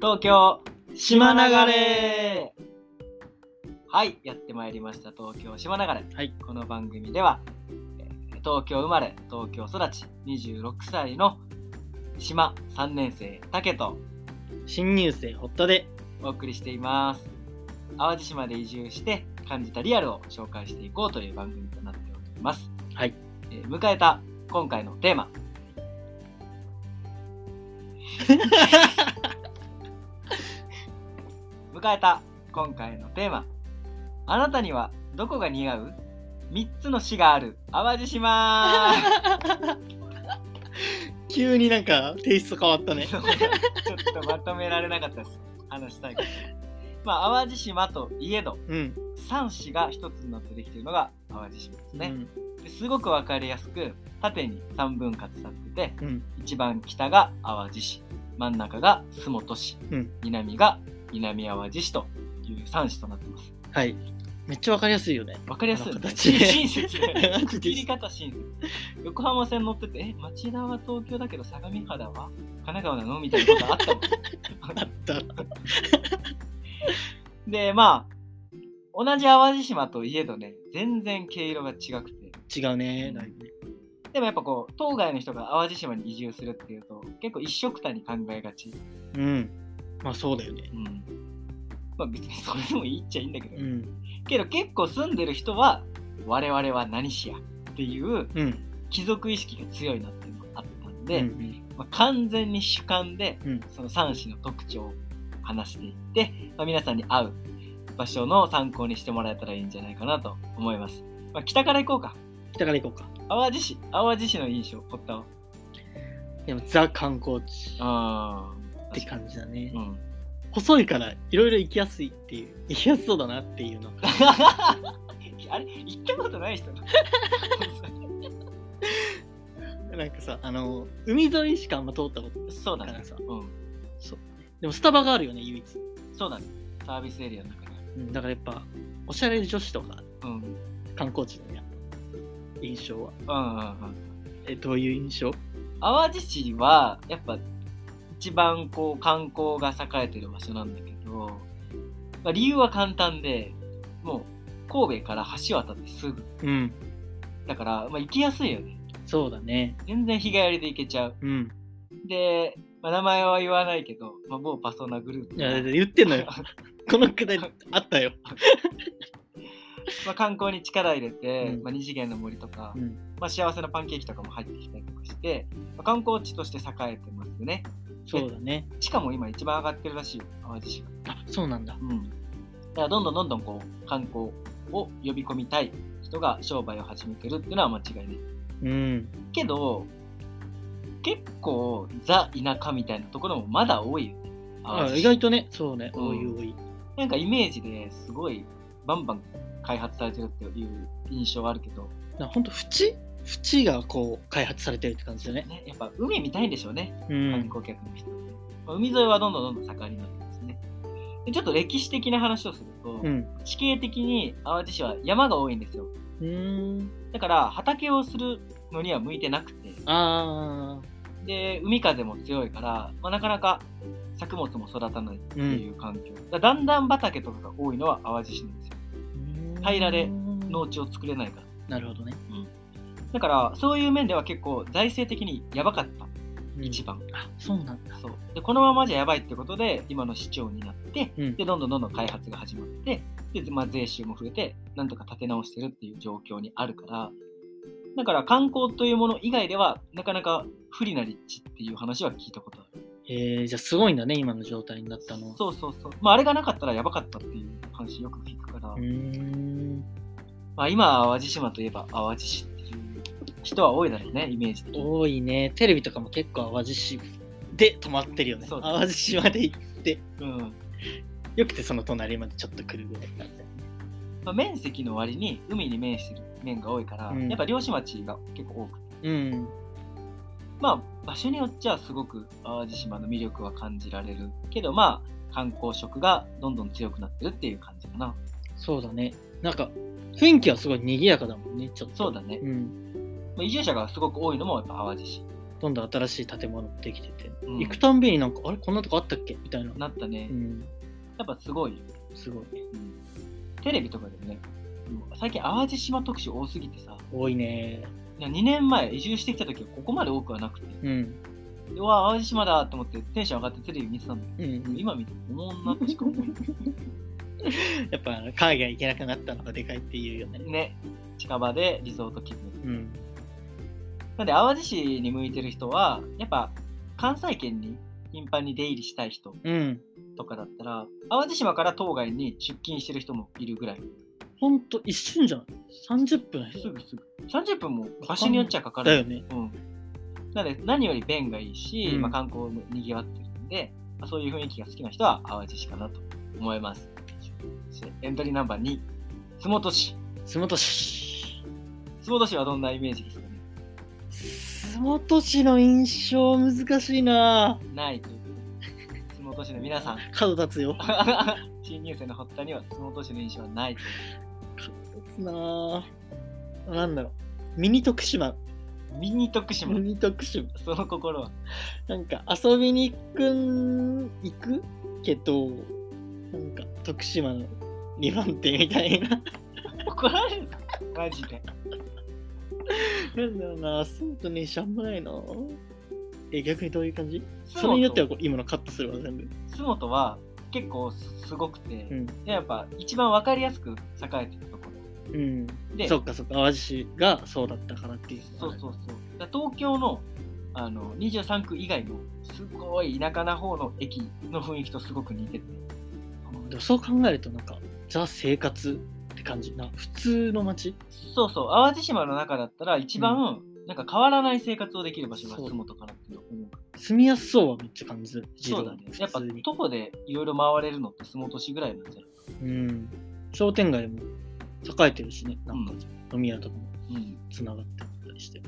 東京島流れはいやってまいりました東京島流れ、はいこの番組ではえー東京生まれ東京育ち26歳の島3年生竹と新入生ホットでお送りしています淡路島で移住して感じたリアルを紹介していこうという番組となっております、はいえー迎えた今回のテ ーマ迎えた今回のテーマあなたにはどこが似合う3つの市がある淡路島急になんかテイスト変わったねそうだちょっとまとめられなかったです話したいことまあ淡路島といえどうん3子が一つになってできているのが淡路島ですうね、んですごく分かりやすく縦に3分割されててうん一番北が淡路市真ん中が洲本市、うん南が南淡路市という3市となってますはいめっちゃわかりやすいよね分かりやすいよねあの形親 切だよねマジで切り方親切横浜線乗っててえ町田は東京だけど相模原は神奈川なのみたいなことあったもんあったでまあ同じ淡路島といえどね全然毛色が違くて違ううねんだいぶねでもやっぱこう当該の人が淡路島に移住するっていうと結構一緒くたに考えがち、うんまあそうだよねうんまあ、別にそれでもいいっちゃいいんだけど、うんけど結構住んでる人は我々は何しやっていううん貴族意識が強いなっていうのがあったんで、うんまあ、完全に主観でうんその3市の特徴を話していって、まあ、皆さんに合う場所の参考にしてもらえたらいいんじゃないかなと思います、まあ、北から行こうか北から行こうか淡路市淡路市の印象こったわでもザ観光地あーって感じだねうん細いからいろいろ行きやすいっていう行きやすそうだなっていうのが あれ行ったことない人なんかさあの海沿いしかあんま通ったことないそうだかねらさうんでもスタバがあるよね唯一そうだねサービスエリアの中にうんだからやっぱおしゃれ女子とかうんうん観光地のね印象はうんうんえどういう印象淡路市はやっぱ一番こう観光が栄えてる場所なんだけど、まあ、理由は簡単でもう神戸から橋渡ってすぐうんだから、まあ、行きやすいよねそうだね全然日帰りで行けちゃううんで、まあ、名前は言わないけど、まあ、某パソナグループいやだって言ってん の よこのくだりあったよ、まあ、観光に力入れて、うんまあ、二次元の森とか、うん、まあ、幸せなパンケーキとかも入ってきたりとかして、まあ、観光地として栄えてますよねそうだね地価も今一番上がってるらしいよ淡路市があそうなんだうんだからどんどんどんどんこう観光を呼び込みたい人が商売を始めてるっていうのは間違いないうんけど結構ザ田舎みたいなところもまだ多いよねあ淡路市意外とねそうね、うんおいおいなんかイメージですごいバンバン開発されてるっていう印象はあるけど、なほんと縁縁がこう開発されてるって感じだねね、やっぱ海見たいんでしょうねう観ん光客の人って、まあ海沿いはどんどんどんどん盛りになってますねでちょっと歴史的な話をすると、うん地形的に淡路市は山が多いんですようーんだから畑をするのには向いてなくてあで海風も強いから、まあ、なかなか作物も育たないっていう環境、だからだんだん畑とかが多いのは淡路市なんですよあ平らでの農地を作れないからなるほどね、だからそういう面では結構財政的にやばかったうん一番、あそうなんだそうでこのままじゃやばいってことで今の市長になって、うんでどんどんどんどん開発が始まってで、まあ、税収も増えてなんとか立て直してるっていう状況にあるからだから観光というもの以外ではなかなか不利な立地っていう話は聞いたことあるえー、じゃあすごいんだね今の状態になったのはそうそうそう、まあ、あれがなかったらやばかったっていう話よく聞くから、うーんまあ、今淡路島といえば淡路市っていう人は多いだろうねイメージ的に多いねテレビとかも結構淡路市で止まってるよねそうだね淡路島で行ってうんよくてその隣までちょっと来るぐらいだったよねまあ、面積の割に海に面してる面が多いから、うんやっぱ漁師町が結構多くてうんまあ場所によっちゃすごく淡路島の魅力は感じられるけどまあ観光色がどんどん強くなってるっていう感じかなそうだねなんか雰囲気はすごい賑やかだもんねちょっとそうだねう、んまあ移住者がすごく多いのもやっぱ淡路市どんどん新しい建物もできてて、うん行くたんびになんかあれこんなとこあったっけみたいな、なったねう。ん、やっぱすごいよ。すごいうんテレビとかでもね、もう最近淡路島特集多すぎてさ、多いね2年前移住してきた時はここまで多くはなくて、うんうわ、淡路島だと思ってテンション上がってテレビ見てたんだうんけど、今見てもおもんなってしか思 えやっぱ海外行けなくなったのがでかいっていうよねない。ね、近場でリゾート気分。うんなんで淡路市に向いてる人はやっぱ関西圏に頻繁に出入りしたい人うんとかだったら淡路島から島外に出勤してる人もいるぐらいほんと一瞬じゃん30分すぐすぐ30分も場所によっちゃかかだるよねうん、なので何より便がいいし、うんまあ、観光もにぎわってるんで、まあ、そういう雰囲気が好きな人は淡路市かなと思いますそしてエントリーナンバー2洲本市洲本市洲本市はどんなイメージですかね洲本市の印象難しいなないということで洲本市の皆さん角立つよ 新入生の堀田には洲本市の印象はないという立つなあなんだろうミニ徳島ミニ徳島ミ、ニ徳島その心は。なんか遊びに行くん行くけどなんか徳島の2番手みたいな 怒られるぞ、マジで。なんだろうなそうとねしゃんもないなえ逆にどういう感じ洲それ本によってはこう今のカットするわ全部洲本は結構すごくて、うんやっぱ一番わかりやすく栄えてるとこうんろ。で、そっかそっか淡路市がそうだったからっていうそうそうそう。だから東京のあの23区以外のすごい田舎な方の駅の雰囲気とすごく似てて、あでもそう考えるとなんかザ生活って感じな普通の街そうそう、淡路島の中だったら一番、なんか変わらない生活をできる場所がそう洲本かなって思う。住みやすそうはめっちゃ感じるそうだね。やっぱ普通に徒歩でいろいろ回れるのって洲本市ぐらいなんじゃないうん商店街も栄えてるしねなんかうん飲み屋とかもうんつながってたりして、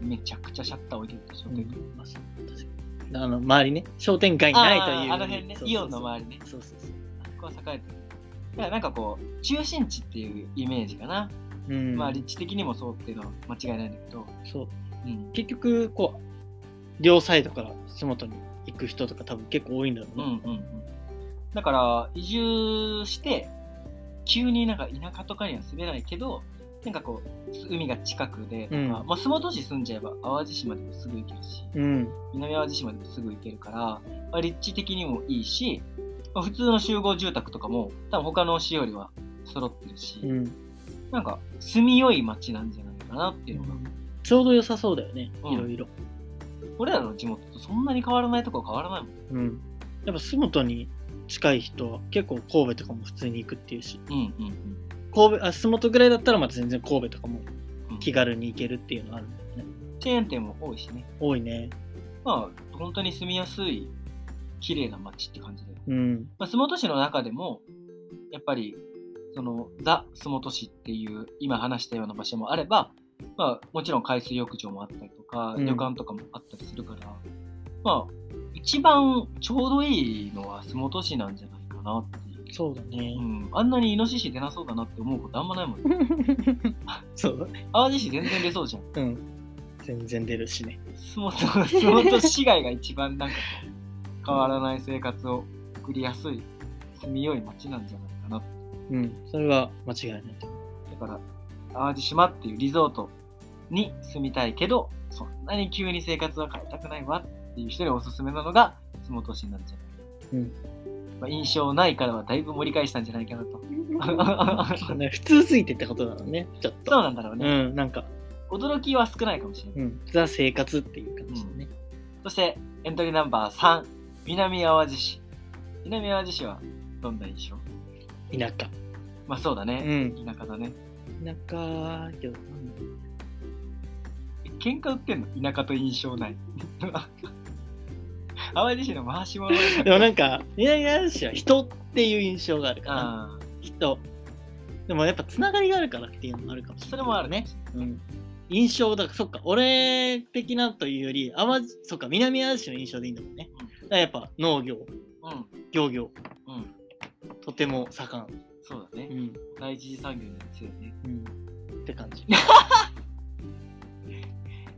めちゃくちゃシャッター置いてるでしょ、まあそう確かにあの周りね商店街ないというあーあの辺ねイオンの周りねそうそうそうあそこは栄えてるだからなんかこう中心地っていうイメージかな、うん、まあ立地的にもそうっていうのは間違いないんだけど、そううん結局こう両サイドから洲本に行く人とか多分結構多いんだろううんうね、んうんだから移住して急になんか田舎とかには住めないけどなんかこう海が近くでとか、うんまあ、洲本市住んじゃえば淡路島でもすぐ行けるしうん南淡路島でもすぐ行けるから、まあ、立地的にもいいし、まあ普通の集合住宅とかも多分他の市よりは揃ってるし、うんなんか住みよい街なんじゃないかなっていうのが、ちょうど良さそうだよね、うんいろいろ、俺らの地元とそんなに変わらないとこは変わらないもうん、やっぱ洲本に近い人は結構神戸とかも普通に行くっていうしん。うんうん神戸あ洲本ぐらいだったらまた全然神戸とかもうん。気軽に行けるっていうのあるんだよねチェーン店も多いしね。多いねまあ、本当に住みやすい、綺麗な街って感じで。うんまあ、洲本市の中でも、やっぱり、その、ザ・洲本市っていう、今話したような場所もあれば、まあ、もちろん海水浴場もあったりとか、うん旅館とかもあったりするから、まあ、一番ちょうどいいのは洲本市なんじゃないかなっていう。そうだね、うん、あんなにイノシシ出なそうだなって思うことあんまないもん。 そうだね。淡路市全然出そうじゃん。うん。全然出るしね。洲本、洲本市街が一番なんかこう変わらない生活を送りやすい、住みよい街なんじゃないかな。うん。それは間違いない と思だから、淡路島っていうリゾートに住みたいけど、そんなに急に生活は変えたくないわっていう人におすすめなのが、洲本市になっちゃう。うんまあ、印象ないからはだいぶ盛り返したんじゃないかなと。 う。ね、普通すぎてってことなのね。ちょっと。そうなんだろうね。うん。なんか、驚きは少ないかもしれない。うん。ザ生活っていう感じだね。そして、エントリーナンバー3、南淡路市。南淡路市はどんな印象田舎。まあそうだうね。ん。田舎だね。田舎けど、なんだろうえ喧嘩売ってんの田舎と印象ない。 淡路市の回し物 だからでもなんか、南アジアは人っていう印象があるから、ああ、人。でもやっぱつながりがあるからっていうのもあるかもしれない。それもあるね。。うん。印象だから、そっか、俺的なというより、淡路、そっか、南アジアの印象でいいんだもんね。うんだからやっぱ農業、うん、漁業、うん、とても盛ん。そうだね。ん。第一次産業に強いね。うん。って感じ。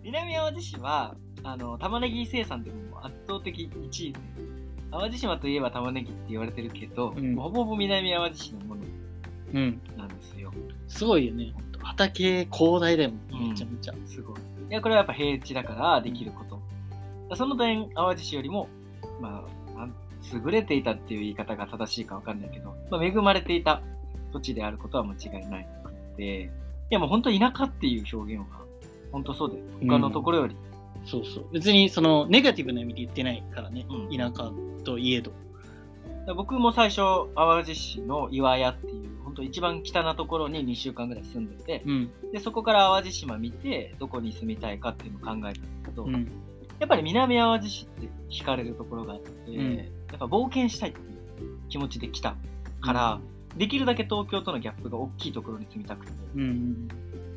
南淡路市は、あの玉ねぎ生産でも圧倒的1位で淡路島といえば玉ねぎって言われてるけど、うんほぼほぼ南淡路市のものうん。なんですよすごいよね、ほんと。畑広大だよ、うんめちゃめちゃ。すごいいやこれはやっぱ平地だからできること、その点淡路市よりもまあなん優れていたっていう言い方が正しいかわかんないけど、まあ、恵まれていた土地であることは間違いないのでいやもう本当田舎っていう表現は本当そうで他のところより、そうそう。別に、その、ネガティブな意味で言ってないからね。うん田舎といえど。僕も最初淡路市の岩屋っていう本当一番北なところに2週間ぐらい住んでてうん。でそこから淡路島見てどこに住みたいかっていうのを考えたんだけど、うやん。っぱり南淡路市って惹かれるところがあって、んやっぱ冒険したいっていう気持ちで来たから、できるだけ東京とのギャップが大きいところに住みたくてうん。うん。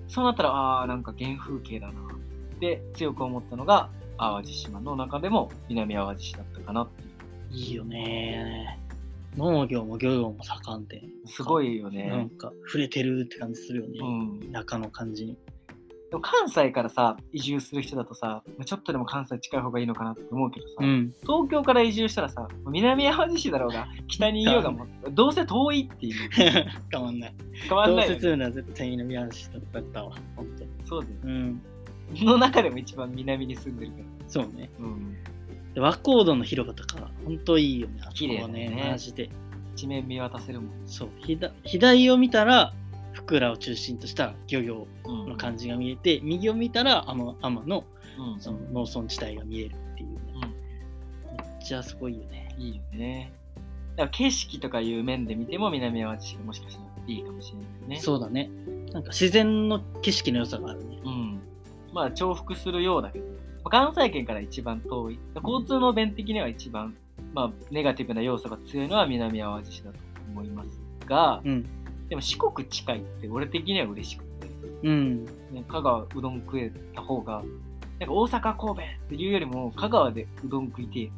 そうなったらあーなんか原風景だなって強く思ったのが淡路島の中でも南淡路市だったかなっていいいよね。農業も漁業も盛んで、うすごいよなねん、か触れてるって感じするよね。うん、田舎の感じに。でも関西からさ移住する人だとさまあちょっとでも関西近い方がいいのかなって思うけどさ、ん。東京から移住したらさ南淡路市だろうが北にいようがもうどうせ遠いっていう変わんない。変わん同ないよ、説ね、るのは絶対南話だったわ。本当に。そうだようん。ねの中でも一番南に住んでるから、そうね。うん、で和光堂の広場とか、本当いいよね。あそ綺麗こだはねね、マジで。一面見渡せるもん、そう。左左を見たら、福浦を中心とした漁業うん、の感じが見えて、右を見たら天天のうんその農村地帯が見えるっていう、ねめっちゃすごいよね。いいよねだから景色とかいう面で見ても南淡路市がもしかしたらいいかもしれないねそうだね。なんか自然の景色の良さがあるね。うん、まあ重複するようだけど、まあ関西圏から一番遠い交通の便的には一番、まあ、ネガティブな要素が強いのは南淡路市だと思いますがうん。でも四国近いって俺的には嬉しくて、うん。ね、香川うどん食えた方がなんか大阪神戸っていうよりも香川でうどん食いてえっ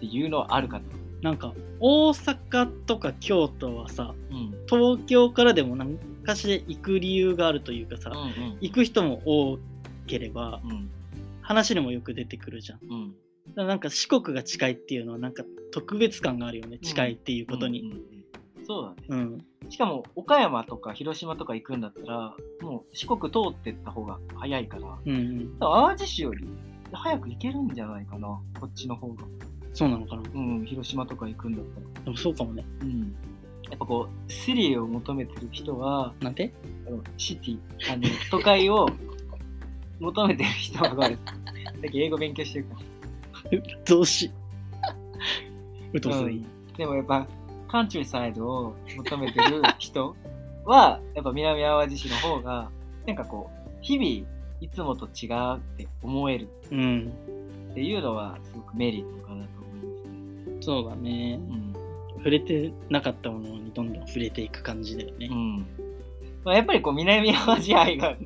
ていうのはあるかな、なんか大阪とか京都はさうん東京からでも何かしら行く理由があるというかさ、うん行く人も多ければうん話にもよく出てくるじゃんだかうんらなんか四国が近いっていうのはなんか特別感があるよね近いっていうことにうんうんそうだねうん、しかも岡山とか広島とか行くんだったらもう四国通ってった方が早いからうんうん淡路市より早く行けるんじゃないかな、こっちの方が。そうなのかなうん、広島とか行くんだったら。でもそうかもねうん。やっぱこう、スリルを求めてる人は、なんであのシティ、あの、都会を求めてる人は、 さっき英語勉強してるから。動詞 うとすうい、んでもやっぱ、カントリーサイドを求めてる人は、やっぱ南淡路市の方が、なんかこう、日々、いつもと違うって思えるうん、っていうのは、すごくメリットかなと思いますね。そうだねうん。触れてなかったものにどんどん触れていく感じだよね、うんまあ、やっぱりこう南アジア愛が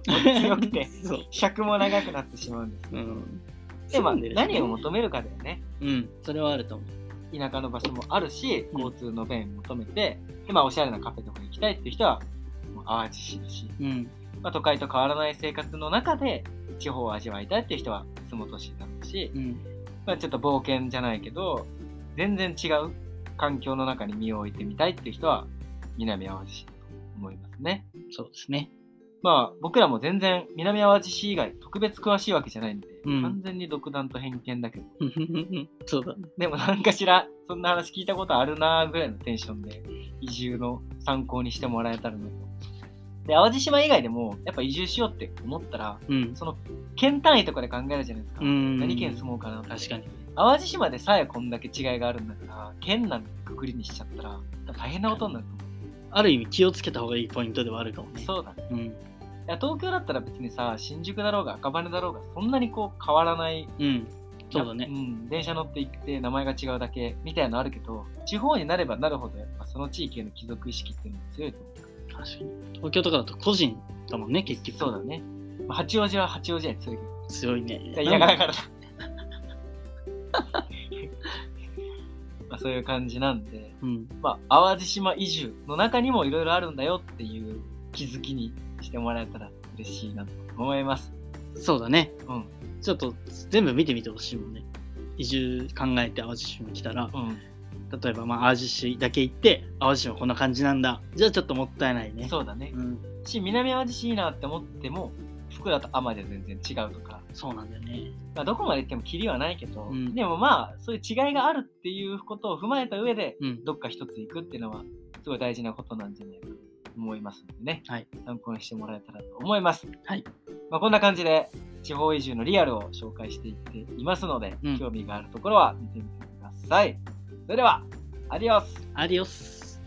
強く てそう尺も長くなってしまうんですうん。でまあ住んるしね何を求めるかだよねうん、それはあると思田舎の場所もあるしうん交通の便求めてで、まあ、おしゃれなカフェとかに行きたいっていう人はもう淡路市だし、う。うん。まあ、都会と変わらない生活の中で地方を味わいたいっていう人は洲本市になるし、うん。まあ、ちょっと冒険じゃないけど全然違う環境の中に身を置いてみたいっていう人は南淡路市だと思いますね。そうですね。 まあ僕らも全然南淡路市以外特別詳しいわけじゃないんで、うん完全に独断と偏見だけどそうだ。でもなんかしらそんな話聞いたことあるなーぐらいのテンションで移住の参考にしてもらえたらなと。で淡路島以外でもやっぱ移住しようって思ったらうん。その県単位とかで考えるじゃないですか、うん何県住もうかなって確かに。淡路島でさえこんだけ違いがあるんだから県なんてくくりにしちゃったら大変なことになると思ある意味気をつけた方がいいポイントではあるかもうね。そうだねうん。いや東京だったら別にさ新宿だろうが赤羽だろうがそんなにこう変わらないうん。そうだね。ん、電車乗って行って名前が違うだけみたいなのあるけど地方になればなるほどやっぱその地域への帰属意識っていうのが強いと思う確かに。東京とかだと個人だもんね、結局。そうだね、まあ八王子は八王子や強いけど強いね。いや田舎だからだ まあそういう感じなんで、うん。まあ、淡路島移住の中にもいろいろあるんだよっていう気づきにしてもらえたら嬉しいなと思いますそうだね。うん。ちょっと全部見てみてほしいもんね。移住考えて淡路島に来たら、う例えばまあ淡路市だけ行って、淡路島こんな感じなんだ。じゃあちょっともったいないね。ん、そうだね。うん、し、南淡路市いいなって思っても、福田と奄美は全然違うとか、そうなんだよね。まあ、どこまで行ってもキリはないけど、うんでもまあ、そういう違いがあるっていうことを踏まえた上で、うん。どっか一つ行くっていうのは、すごい大事なことなんじゃないかと思いますのでね、はい参考にしてもらえたらと思います。はいまあ、こんな感じで、地方移住のリアルを紹介していっていますので、うん興味があるところは見てみてください。それでは、アディオスアディオス。